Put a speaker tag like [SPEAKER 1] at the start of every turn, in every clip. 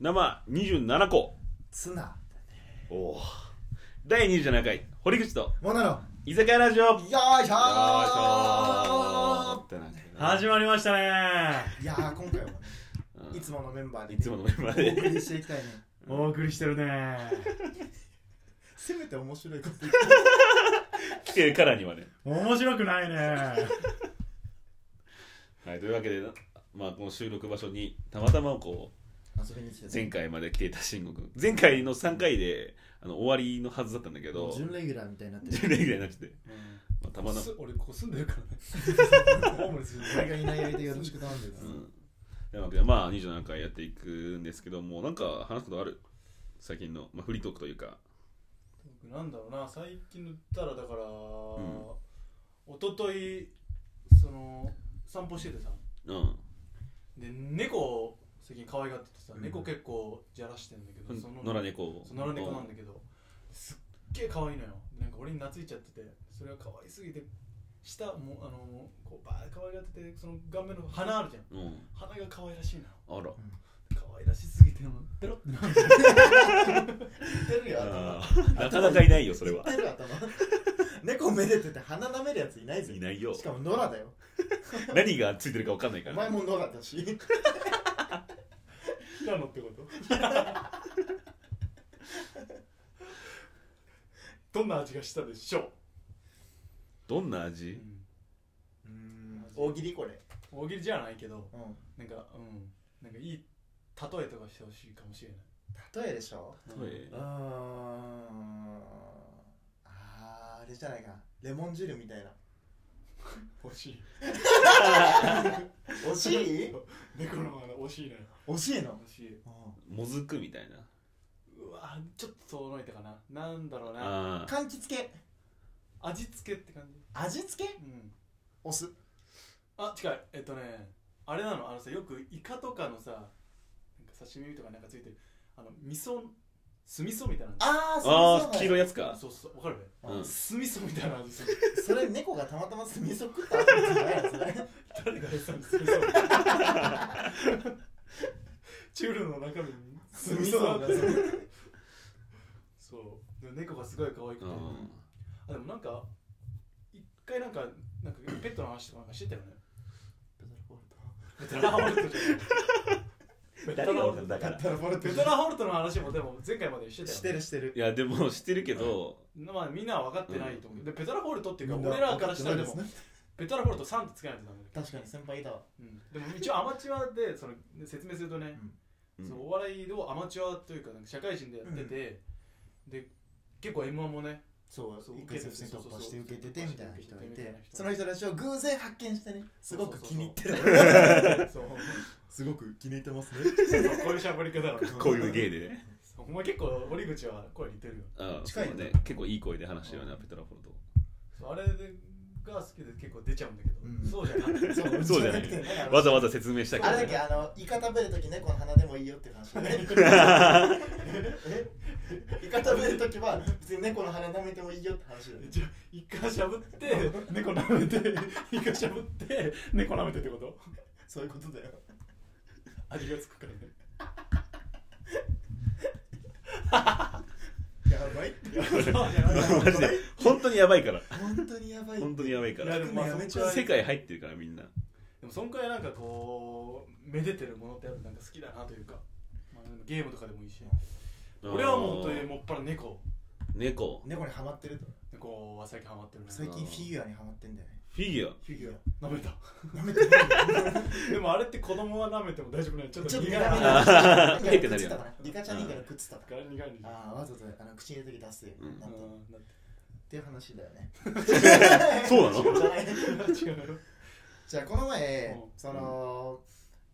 [SPEAKER 1] 生27個
[SPEAKER 2] ツナ
[SPEAKER 1] おお第27回堀口と
[SPEAKER 2] モナのよ
[SPEAKER 1] 居酒屋ラジオよ
[SPEAKER 2] いしょー
[SPEAKER 1] ーってなんか
[SPEAKER 3] 始まりましたね
[SPEAKER 2] いやー今回はね
[SPEAKER 1] うん
[SPEAKER 2] いつものメンバーで、
[SPEAKER 1] いつものメンバーで
[SPEAKER 2] お送りしていきたいね
[SPEAKER 3] お送りしてるね
[SPEAKER 2] せめて面白いこと言っ
[SPEAKER 1] 来てるからにはね
[SPEAKER 3] 面白くないね
[SPEAKER 1] はいというわけでまあこの収録場所にたまたまこ
[SPEAKER 2] て遊びに来て
[SPEAKER 1] う
[SPEAKER 2] た
[SPEAKER 1] 前回まで来ていた慎吾君前回の3回であの終わりのはずだったんだけ
[SPEAKER 2] も
[SPEAKER 1] ど
[SPEAKER 2] う準レギュラーみたいになってる
[SPEAKER 1] 準レギュラーになってて、まあ、たまたます
[SPEAKER 4] 俺ここ住んでるからねホームレスじゃない
[SPEAKER 2] 俺がいない間よろしく頼んでるか
[SPEAKER 1] う
[SPEAKER 2] ら
[SPEAKER 1] んというわけでまあ27回やっていくんですけどもなんか話すことある最近の、まあ、フリートークというか
[SPEAKER 4] 僕なんだろうな最近塗ったらだか
[SPEAKER 1] ん
[SPEAKER 4] ら、一昨日その散歩しててさ
[SPEAKER 1] うん
[SPEAKER 4] で猫を最近可愛がっててさ、
[SPEAKER 2] うん
[SPEAKER 4] 猫結構じゃらしてんだけど、その
[SPEAKER 1] 野良猫を
[SPEAKER 4] そう野良猫なんだけどすっげえ可愛いのよなんか俺に懐いちゃっててそれが可愛すぎて舌もあのこうバーッ可愛がっててその顔面の鼻あるじゃん
[SPEAKER 1] うん
[SPEAKER 4] 鼻が可愛らしいな
[SPEAKER 1] あら
[SPEAKER 4] 可愛らしすぎてもうペロってなる
[SPEAKER 2] 言ってるよ頭
[SPEAKER 1] あーなかなかいないよそれは
[SPEAKER 2] 言ってるよ頭 猫めでてて鼻舐めるやついないぜ
[SPEAKER 1] いないよ
[SPEAKER 2] しかも野良だよ
[SPEAKER 1] 何がついてるか分かんないか
[SPEAKER 2] お
[SPEAKER 1] ら
[SPEAKER 2] 前も野良だ し
[SPEAKER 4] 平野ってこと どんな味がしたでしょう、
[SPEAKER 1] どんな味
[SPEAKER 2] うーん大喜利これ
[SPEAKER 4] 大喜利じゃないけど
[SPEAKER 2] うん
[SPEAKER 4] なんかうんなんかいい例えとかしてほしいかもしれな
[SPEAKER 2] 例えでしょ
[SPEAKER 4] い、
[SPEAKER 1] 例え
[SPEAKER 2] うーんあーあれじゃないかなレモン汁みた いな
[SPEAKER 4] 惜しい
[SPEAKER 2] 惜しい
[SPEAKER 4] 猫の鼻惜しいな惜
[SPEAKER 2] 惜しいの
[SPEAKER 4] しい
[SPEAKER 1] もずくみたいな
[SPEAKER 4] うわちょっと遠のいたかななんだろうな
[SPEAKER 1] あ
[SPEAKER 2] 柑橘系
[SPEAKER 4] 味付けって感じ
[SPEAKER 2] 味付け
[SPEAKER 4] うん
[SPEAKER 2] お酢
[SPEAKER 4] あ近いえっとねあれなのあのさよくイカとかのさなんか刺身とかなんかついてるあの味噌酢味噌みたいなの
[SPEAKER 2] あー
[SPEAKER 1] ーあー黄色い
[SPEAKER 2] い
[SPEAKER 1] やつか
[SPEAKER 4] そうそうわかる
[SPEAKER 1] うん
[SPEAKER 4] 酢味噌みたいな味する
[SPEAKER 2] それ猫がたまたま酢味噌食った後じゃないやつ ね
[SPEAKER 4] 誰がやったんですかチュールの中身に
[SPEAKER 2] 酢味噌がそう
[SPEAKER 4] そうで猫がすごい可愛く
[SPEAKER 1] う
[SPEAKER 4] て、
[SPEAKER 1] ん
[SPEAKER 4] あでもなんか一回なんかなんかペットの話とかなんかしてたよねベトナホルトじゃんベトナホルト
[SPEAKER 1] だから
[SPEAKER 2] タラボル
[SPEAKER 4] ベトナホルトの話もでも前回までしてたよ
[SPEAKER 2] し
[SPEAKER 4] ね
[SPEAKER 2] てるしてる
[SPEAKER 1] いやでも知ってるけど
[SPEAKER 4] まあみんなは分かってないと思う、でペトラフォルトっていうか
[SPEAKER 2] みんな
[SPEAKER 4] 俺らからしたらで
[SPEAKER 2] わ
[SPEAKER 4] も
[SPEAKER 2] かってない
[SPEAKER 4] ペトラフォルト3ってつけないとダメだけど
[SPEAKER 2] 確かに先輩いたわ
[SPEAKER 4] うん、でも一応アマチュアでその説明するとね、
[SPEAKER 1] うん
[SPEAKER 4] そのお笑いをアマチュアというかなんか社会人でやってて、で結構 m 1もね
[SPEAKER 2] そう
[SPEAKER 4] そう
[SPEAKER 2] 一回接戦突破して受けててみたいな人がい
[SPEAKER 4] 受けて
[SPEAKER 2] て
[SPEAKER 4] て
[SPEAKER 2] その人たちを偶然発見してねすごく気に入ってる
[SPEAKER 4] そう
[SPEAKER 2] すごく気に入ってますね
[SPEAKER 4] そうこういうしゃべり方だから
[SPEAKER 1] こういう芸でね
[SPEAKER 4] お前結構堀口は声似てるよ
[SPEAKER 1] あー
[SPEAKER 2] 近い
[SPEAKER 1] そうね結構いい声で話してるよねペトラフォルト
[SPEAKER 4] そうあれが好きで結構出ちゃうんだけど、
[SPEAKER 2] うん
[SPEAKER 4] そうじゃない
[SPEAKER 2] そう
[SPEAKER 1] そうじゃない
[SPEAKER 2] くてね
[SPEAKER 1] わざわざ説明したけ
[SPEAKER 2] あ
[SPEAKER 1] ど
[SPEAKER 2] れだっけ
[SPEAKER 1] ね
[SPEAKER 2] あのイカ食べるとき猫の鼻でもいいよっていう話 ねイカ食べるときは別に猫の鼻舐めてもいいよって話だよね
[SPEAKER 4] じゃあイカしゃぶって猫舐めてイカしゃぶって猫舐めてってこと
[SPEAKER 2] そういうことだよ
[SPEAKER 4] 味がつくからね
[SPEAKER 2] やばいって
[SPEAKER 1] マジで本当にやばいから
[SPEAKER 2] 本当にやばい
[SPEAKER 1] 本当にやばいか
[SPEAKER 4] いや
[SPEAKER 1] ら
[SPEAKER 4] でもまあ
[SPEAKER 2] やめちゃう
[SPEAKER 1] 世界入ってるからみんな
[SPEAKER 4] でもそんくらいなんかこうめでてるものってやっぱなんか好きだなというか、まあ、ゲームとかでもいいし俺はもう本当にもっぱら猫
[SPEAKER 1] 猫
[SPEAKER 2] 猫にハマってると
[SPEAKER 4] 猫は最近ハマってるね
[SPEAKER 2] 最近フィギュアにハマってんだよね
[SPEAKER 1] フィギュア
[SPEAKER 2] フィギュ
[SPEAKER 4] 舐めた
[SPEAKER 2] ア舐めてない
[SPEAKER 4] でもあれって子供は舐めても大丈夫ないちょっ
[SPEAKER 2] ち
[SPEAKER 4] と
[SPEAKER 2] ょっと
[SPEAKER 4] 苦い
[SPEAKER 2] 苦
[SPEAKER 4] か
[SPEAKER 2] 手
[SPEAKER 4] ら
[SPEAKER 2] な
[SPEAKER 1] へってなる よ
[SPEAKER 2] リカちゃん以外の食ってたから
[SPEAKER 4] 苦いんでしょ
[SPEAKER 2] ああわざとあの口に入れるとき出すよ
[SPEAKER 1] う
[SPEAKER 2] なんんとっ
[SPEAKER 4] うんだって
[SPEAKER 2] ていう話だよね
[SPEAKER 1] そうなの
[SPEAKER 2] じゃない
[SPEAKER 4] 違うよ
[SPEAKER 2] じゃあこの前
[SPEAKER 4] うん
[SPEAKER 2] その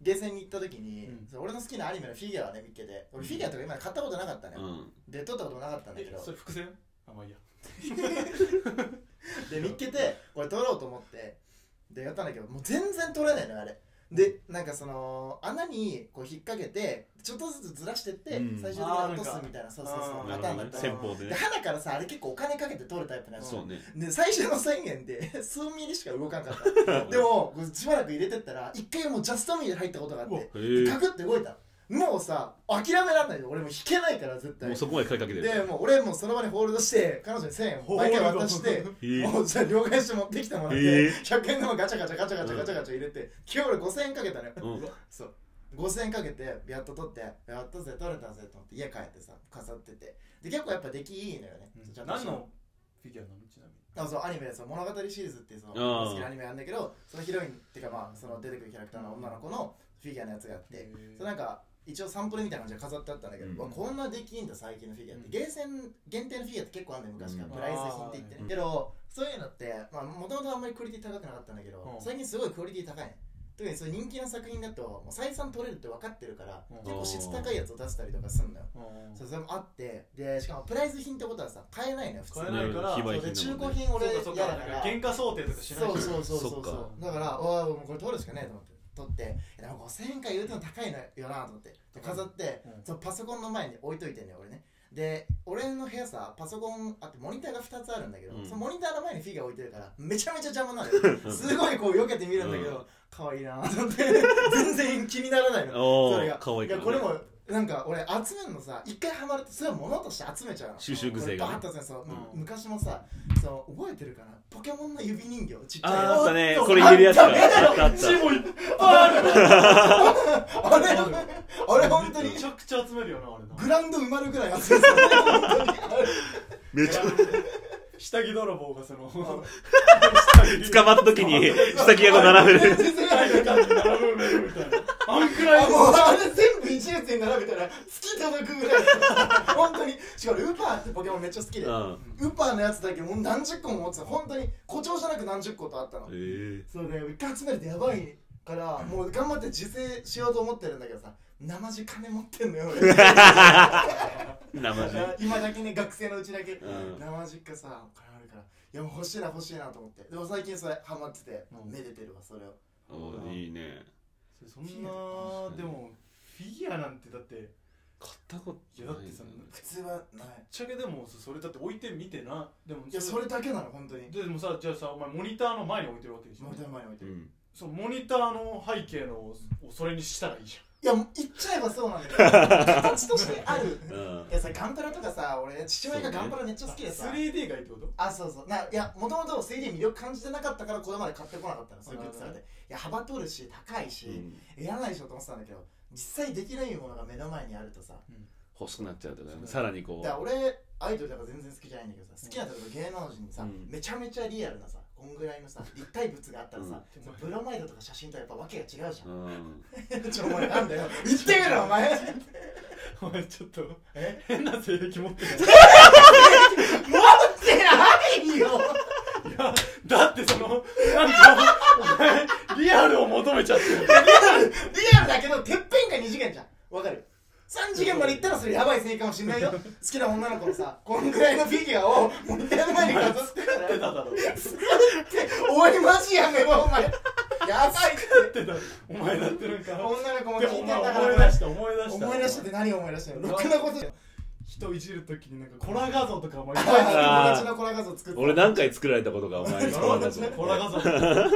[SPEAKER 2] ゲーセンに行った時に、
[SPEAKER 4] うん
[SPEAKER 2] その俺の好きなアニメのフィギュアをね見っけて俺フィギュアとか今まで買ったことなかったね、
[SPEAKER 1] うん
[SPEAKER 2] で取ったこともなかったんだけ
[SPEAKER 4] え
[SPEAKER 2] ど
[SPEAKER 4] それ伏線あまあいいや
[SPEAKER 2] で見っけて俺取ろうと思ってでやったんだけどもう全然取れないのよあれでなんかその穴にこう引っ掛けてちょっとずつずらしてって、
[SPEAKER 1] うん
[SPEAKER 2] 最終的に落とすみたいなそうそうそう
[SPEAKER 4] あー
[SPEAKER 2] パ
[SPEAKER 1] な
[SPEAKER 2] ターンだ
[SPEAKER 1] るほど
[SPEAKER 2] っ
[SPEAKER 1] ね
[SPEAKER 2] た
[SPEAKER 1] 戦
[SPEAKER 2] の
[SPEAKER 1] 法で
[SPEAKER 2] で
[SPEAKER 1] ね
[SPEAKER 2] 花からさあれ結構お金かけて取るタイプなんです
[SPEAKER 1] そうね
[SPEAKER 2] で最初の1000円で 数ミリしか動かんかったでもこうしばらく入れてったら一回もうジャストミリで入ったことがあって
[SPEAKER 1] へえ
[SPEAKER 2] カクって動いたもうさ諦められないよ俺もう引けないから絶対
[SPEAKER 1] もうそこまで買いかけてる。
[SPEAKER 2] でもう俺もうその場にホールドして彼女に1000円毎回渡 して
[SPEAKER 1] えー
[SPEAKER 2] もうじゃあ両替して持ってきてもらって、
[SPEAKER 1] えー
[SPEAKER 2] 100円玉ガチャガチャガチャガチャガチャガチャ入れて、今日俺5000円かけたのよ、
[SPEAKER 1] うん
[SPEAKER 2] そう5000円かけてやっと取ってやったぜ取れたぜと思って家帰ってさ飾っててで結構やっぱ出来いいのよね、ちゃんと
[SPEAKER 4] 何のフィギュアなのちなみに
[SPEAKER 2] あそうアニメでさ物語シリーズっていうその
[SPEAKER 1] あー
[SPEAKER 2] 好きなアニメなんだけどそのヒロインっていうかまあその出てくるキャラクターの女の子のフィギュアのやつがあって、
[SPEAKER 4] へー
[SPEAKER 2] それなんか一応サンプルみたいな感じで飾ってあったんだけど、
[SPEAKER 1] うん
[SPEAKER 2] わこんなできんだ最近のフィギュアって、
[SPEAKER 4] うん
[SPEAKER 2] ゲーセン限定のフィギュアって結構あるんだよ昔から、
[SPEAKER 1] うん
[SPEAKER 2] プライズ品って言ってね、
[SPEAKER 1] うん
[SPEAKER 2] けどそういうのってもともとあんまりクオリティ高くなかったんだけど、
[SPEAKER 4] うん
[SPEAKER 2] 最近すごいクオリティ高いね特にそういう人気の作品だともう採算取れるって分かってるから、
[SPEAKER 4] うん
[SPEAKER 2] 結構質高いやつを出したりとかすんのよそうそれもあってでしかもプライズ品ってことはさ買えないのよ普通
[SPEAKER 4] 買えないから
[SPEAKER 1] 非売
[SPEAKER 2] そう
[SPEAKER 1] 品
[SPEAKER 2] で中
[SPEAKER 1] だもん
[SPEAKER 2] 古
[SPEAKER 1] ね
[SPEAKER 2] 品俺
[SPEAKER 4] そう
[SPEAKER 2] 嫌
[SPEAKER 4] か
[SPEAKER 2] だか
[SPEAKER 4] そうかなんから原価想定とかしない
[SPEAKER 2] そう
[SPEAKER 4] と
[SPEAKER 2] そうそうそう
[SPEAKER 1] そっか
[SPEAKER 2] そうだからわあもうこれ取るしかねえと思って取ってでも5000円か言うても高いのよなと思ってで飾って、
[SPEAKER 4] うん
[SPEAKER 2] そうパソコンの前に置いといてんね俺ねで俺の部屋さパソコンあってモニターが2つあるんだけど、
[SPEAKER 1] うん
[SPEAKER 2] そのモニターの前にフィギュア置いてるからめちゃめちゃ邪魔 なのよすごいこう避けて見るんだけ
[SPEAKER 1] う
[SPEAKER 2] ど可愛、いなと思って全然気にならないの
[SPEAKER 1] お
[SPEAKER 2] それ
[SPEAKER 1] ー
[SPEAKER 2] が
[SPEAKER 1] かわいい
[SPEAKER 2] い
[SPEAKER 1] か
[SPEAKER 2] や
[SPEAKER 1] らね
[SPEAKER 2] これもなんか俺集めるのさ一回ハマるとそれは物として集めちゃうの
[SPEAKER 1] 収集癖がね
[SPEAKER 2] これバーッと集めてそう、
[SPEAKER 4] うん
[SPEAKER 2] 昔もさその覚えてるかなポケモンの指人形ちっちゃい
[SPEAKER 1] あー
[SPEAKER 2] の
[SPEAKER 1] あったねこれ入れるやつかあったあった
[SPEAKER 4] 字もいっぱいある
[SPEAKER 2] あれあれ本当に
[SPEAKER 4] めちゃくちゃ集めるよなあれな
[SPEAKER 2] グラウンド埋まるぐらい集めてたね本当にあれ
[SPEAKER 1] めっちゃ
[SPEAKER 4] 下着泥棒がその
[SPEAKER 1] 捕まった時に下着がこう並べる
[SPEAKER 2] 全然ないのか
[SPEAKER 4] 並べるみたいなあんくら
[SPEAKER 2] あ
[SPEAKER 4] い
[SPEAKER 2] もうあれ全部一列に並べたら突き届くぐらい本当にしかもウーパーってポケモンめっちゃ好きで、
[SPEAKER 1] うん
[SPEAKER 2] ウーパーのやつだけもう何十個も持ってた本当に誇張じゃなく何十個とあったの
[SPEAKER 1] えー
[SPEAKER 2] そうだよ一回集めるとやばいからもう頑張って自制しようと思ってるんだけどさ生地金持ってんのよ俺
[SPEAKER 1] 生地
[SPEAKER 2] 今だけね学生のうちだけ、
[SPEAKER 1] うん
[SPEAKER 2] 生地かさお金あるからいやもう欲しいな欲しいなと思ってでも最近それハマってて、
[SPEAKER 4] うん
[SPEAKER 2] めでてるわそれを
[SPEAKER 1] おーいいね
[SPEAKER 4] そんなでもフィギュアなんてだって
[SPEAKER 1] 買ったこと
[SPEAKER 4] いや
[SPEAKER 1] な
[SPEAKER 4] だ
[SPEAKER 1] い
[SPEAKER 4] ってさぶっ
[SPEAKER 2] 普通はない
[SPEAKER 4] ちゃけでもそれだって置いてみてなでも
[SPEAKER 2] いやそれだけなの本当に
[SPEAKER 4] ででもさじゃあさお前モニターの前に置いてるわけでしょ
[SPEAKER 2] モニターの前に置いて
[SPEAKER 1] う
[SPEAKER 2] る、
[SPEAKER 1] ん
[SPEAKER 4] そうモニターの背景のをそれにしたらいいじ
[SPEAKER 2] いやもう言っちゃえばそうなんだよ形としてある
[SPEAKER 1] うん
[SPEAKER 2] いやさガンプラとかさ俺父親がガンプラめっちゃ
[SPEAKER 4] ゃん
[SPEAKER 2] 好きでさ、
[SPEAKER 4] あ 3D がいいってこと
[SPEAKER 2] あそうそうないやもともと 3D 魅力感じてなかったからこれまで買ってこなかったのそういうグッズされていや幅取るし高いし、
[SPEAKER 1] うん
[SPEAKER 2] いらないでしょと思ってたんだけど実際できないものが目の前にあるとさ
[SPEAKER 1] 欲しくなっちゃうとかねさらにこ
[SPEAKER 2] だから
[SPEAKER 1] う
[SPEAKER 2] 俺アイドルとか全然好きじゃないんだけどさ好きな例えば芸能人にさ、
[SPEAKER 1] うん
[SPEAKER 2] めちゃめちゃリアルなさこんぐらいのさ立体物があったらさ、
[SPEAKER 4] うん
[SPEAKER 2] そのブロマイドとか写真とやっぱわけが違うじゃん
[SPEAKER 1] うん
[SPEAKER 2] ちょお前なんだ よ言ってみろお前
[SPEAKER 4] お前ちょっと
[SPEAKER 2] え
[SPEAKER 4] 変な性癖 持ってない
[SPEAKER 2] 持ってないよ
[SPEAKER 4] いやだってそのなんかお前リアルを求めちゃって
[SPEAKER 2] リア
[SPEAKER 4] る
[SPEAKER 2] ルリアルだけどてっぺんが2次元じゃんわかる3次元まで行ったらそれやばい性かもしんないよ好きな女の子のさこんぐらいのフィギュアをモニターの前に飾って
[SPEAKER 4] やって
[SPEAKER 2] たら
[SPEAKER 4] ただろやっ
[SPEAKER 2] 終わりマジやめろお前やばいって
[SPEAKER 4] てたお前だってなんか
[SPEAKER 2] 女の子も
[SPEAKER 4] で
[SPEAKER 2] 聞い
[SPEAKER 4] も
[SPEAKER 2] て
[SPEAKER 4] お
[SPEAKER 2] んだ
[SPEAKER 4] 前
[SPEAKER 2] か
[SPEAKER 4] 思い
[SPEAKER 2] ら
[SPEAKER 4] 出した思い出した
[SPEAKER 2] 思い出してて何を思い出したのろくなことじゃん
[SPEAKER 4] 人いじるときになんかコラ画像とかお前
[SPEAKER 2] 友達のコラ画像作って
[SPEAKER 1] 俺何回作られたことがお前に使われたと
[SPEAKER 4] コラ画像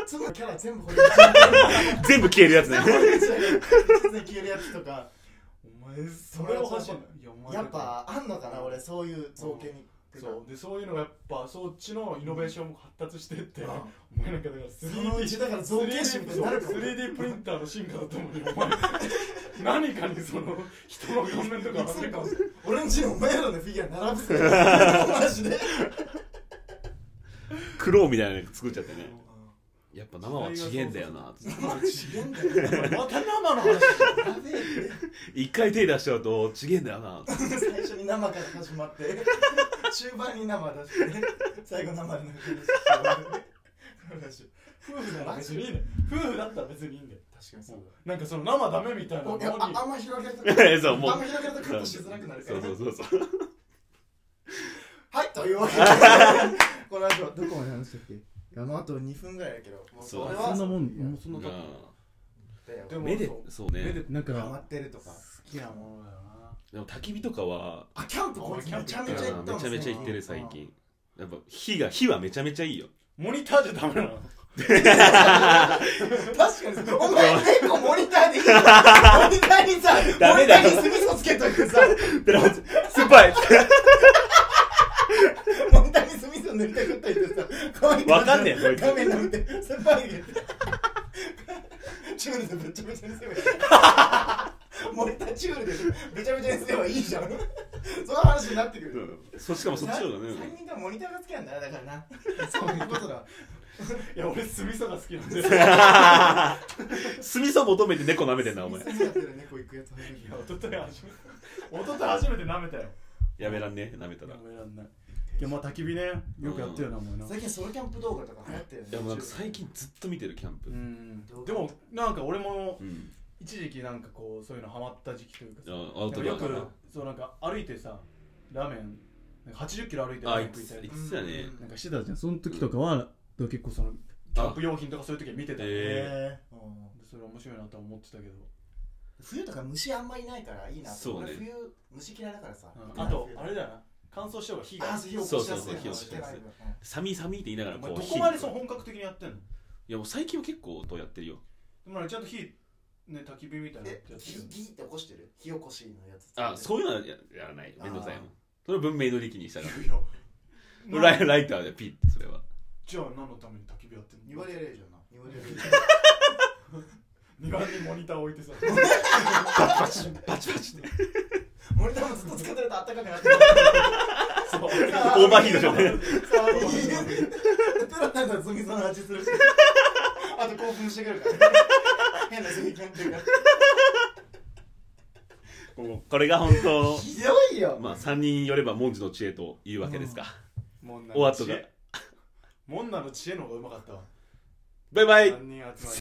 [SPEAKER 2] そのキャラ全部掘り出した
[SPEAKER 1] 全部消えるやつね
[SPEAKER 2] 全部掘り出した全然消えるやつとか
[SPEAKER 4] お前それを走るいやお前
[SPEAKER 2] やっぱあんのかな俺そういう造形に
[SPEAKER 4] そうでそういうのがやっぱそっちのイノベーションも発達してって、
[SPEAKER 2] うん
[SPEAKER 4] お前なんかだから
[SPEAKER 2] そのうちだから造形師みたいになるかも
[SPEAKER 4] 3D プリンターの進化だと思うよお前何かにその人の顔面とか
[SPEAKER 2] 映るかもし
[SPEAKER 4] れない
[SPEAKER 2] 俺んちにお前らのフィギュア並 ぶからマジで
[SPEAKER 1] クローンみたいなの作っちゃってねやっぱ生はちげえんだよなつって
[SPEAKER 2] マジでだよ
[SPEAKER 4] また生の話し
[SPEAKER 2] やべえって
[SPEAKER 1] 一回手出しちゃうとちげえんだよなつって
[SPEAKER 2] 最初に生から始まって中盤に生出して最後生で流して
[SPEAKER 4] 夫婦なら別にいいね夫婦だったら別にいいんだよ
[SPEAKER 2] 確かにそう
[SPEAKER 4] なんかその生ダメみたいなのに
[SPEAKER 2] だああんま広げると
[SPEAKER 1] そうもう
[SPEAKER 2] あんま広げるとカットしづらくなるか
[SPEAKER 1] そ
[SPEAKER 2] ら
[SPEAKER 1] うそうそうそう
[SPEAKER 2] はいというわけでこの話はどこまで話したっけいやもうあと2分ぐらいだけどもう
[SPEAKER 1] そう
[SPEAKER 2] れ
[SPEAKER 1] そ
[SPEAKER 2] は
[SPEAKER 3] うそん
[SPEAKER 1] な
[SPEAKER 2] で
[SPEAKER 4] で
[SPEAKER 2] も
[SPEAKER 4] も
[SPEAKER 1] 目で
[SPEAKER 4] そう
[SPEAKER 1] そう
[SPEAKER 4] 目
[SPEAKER 1] ね
[SPEAKER 4] で
[SPEAKER 3] なん
[SPEAKER 2] ハマ
[SPEAKER 3] か
[SPEAKER 2] ってるとか
[SPEAKER 4] 好きなものだよな
[SPEAKER 1] でも焚き火とかは
[SPEAKER 2] あキャンプこれめちゃめちゃ
[SPEAKER 1] めち
[SPEAKER 2] 行ったもん
[SPEAKER 1] ゃめちゃ行ってる最近やっぱ火が火はめちゃめちゃいいよ
[SPEAKER 4] モニターじゃダメなの
[SPEAKER 2] 確かにさお前結構モニターでいいよモニターにさ
[SPEAKER 5] ダ
[SPEAKER 2] モ
[SPEAKER 5] メ
[SPEAKER 2] ニタ
[SPEAKER 5] だ
[SPEAKER 2] ー
[SPEAKER 5] よ
[SPEAKER 2] にすぐそつけといてさ
[SPEAKER 5] ペランチ酸っぱい
[SPEAKER 2] モニターにすみそ塗りたくっといてさ可愛い
[SPEAKER 5] わかんねえよこいつ
[SPEAKER 2] 画面の見て先輩がチュールでべちゃべちゃにすればいいモニターチュールでべちゃべちゃにすればいいじゃんその話になってくる
[SPEAKER 1] そしかもそっちの方が
[SPEAKER 2] 三
[SPEAKER 1] ね
[SPEAKER 2] 人がモニターが好きなんだなだからなそういうことだ
[SPEAKER 4] いや俺酢味噌が好きなんでい
[SPEAKER 5] 酢味噌求めて猫舐めてんなお前
[SPEAKER 2] 好きだったら猫行くやつ入る
[SPEAKER 4] や一昨日初めて
[SPEAKER 3] 一昨日初めて舐めたよ
[SPEAKER 1] やめらんね舐めたら
[SPEAKER 4] や
[SPEAKER 1] い
[SPEAKER 4] めらんない
[SPEAKER 3] いやまあ焚き火ねよくやってるなもうな
[SPEAKER 2] 最近ソロキャンプ動画とか流行ってるよね
[SPEAKER 1] やもうなんか最近ずっと見てるキャンプ
[SPEAKER 4] うんでもなんか俺も
[SPEAKER 1] うん
[SPEAKER 4] 一時期なんかこうそういうのハマった時期というか
[SPEAKER 1] あ
[SPEAKER 4] さ
[SPEAKER 1] アウトド
[SPEAKER 4] よ
[SPEAKER 1] アか
[SPEAKER 4] く
[SPEAKER 1] な
[SPEAKER 4] そうなんか歩いてさラーメンなんか80キロ歩いてラ
[SPEAKER 1] あい
[SPEAKER 4] ーメ
[SPEAKER 1] っ
[SPEAKER 4] ン食い
[SPEAKER 1] つ
[SPEAKER 4] た
[SPEAKER 1] い
[SPEAKER 4] い
[SPEAKER 1] っつやね
[SPEAKER 4] とかなんか
[SPEAKER 3] してたじゃんその時とかは結構その
[SPEAKER 4] キャンプ用品とかそういう時は見てた
[SPEAKER 1] あ
[SPEAKER 4] で
[SPEAKER 1] え
[SPEAKER 2] うん
[SPEAKER 4] それ面白いなとは思ってたけど
[SPEAKER 2] 冬とか虫あんまいないからいいなと思
[SPEAKER 1] そうね
[SPEAKER 2] 俺冬虫嫌いだからさ
[SPEAKER 4] うんあとあれだよな乾燥した方が火
[SPEAKER 2] あ
[SPEAKER 4] が
[SPEAKER 2] ーそう火起こし
[SPEAKER 1] そ
[SPEAKER 2] やすい
[SPEAKER 1] うそうそう火起こしやすい寒い寒いって言いながら
[SPEAKER 4] お前
[SPEAKER 1] こう
[SPEAKER 4] ど
[SPEAKER 1] 火
[SPEAKER 4] こまでその本格的にやってんの
[SPEAKER 1] いやもう最近は結構とやってるよ
[SPEAKER 4] でもなんかちゃんと火ね焚き火みたいなのや
[SPEAKER 2] え
[SPEAKER 4] ってやって
[SPEAKER 2] ギ
[SPEAKER 4] る
[SPEAKER 2] ギーって起こしてる火起こしのやつ
[SPEAKER 1] あそうういうのはややらないめんどくさいもんそれは文明の利器にしたら
[SPEAKER 4] いや
[SPEAKER 1] ライライターでピッてそれは
[SPEAKER 4] じゃあ何のために焚き火やってんの
[SPEAKER 2] 2割やれるじゃんな2割やれる
[SPEAKER 4] 庭にモニター置いてさ
[SPEAKER 1] バチバチバチって
[SPEAKER 2] モニターもずっと使ってるとあったかく なってくる
[SPEAKER 4] そう
[SPEAKER 5] オーバーヒートじゃない
[SPEAKER 2] そう ペロなんかズミその味するしあと興奮してく るからね変な炭感っていうか
[SPEAKER 5] これが本当の
[SPEAKER 2] ひどいよ
[SPEAKER 1] まあ3人よれば文字の知恵というわけですか
[SPEAKER 4] モンナ
[SPEAKER 1] お
[SPEAKER 4] の
[SPEAKER 1] 後
[SPEAKER 4] 知
[SPEAKER 1] が
[SPEAKER 4] 恵モンナの知恵の方がうまかったわ
[SPEAKER 1] バイバイ
[SPEAKER 4] 3人集まり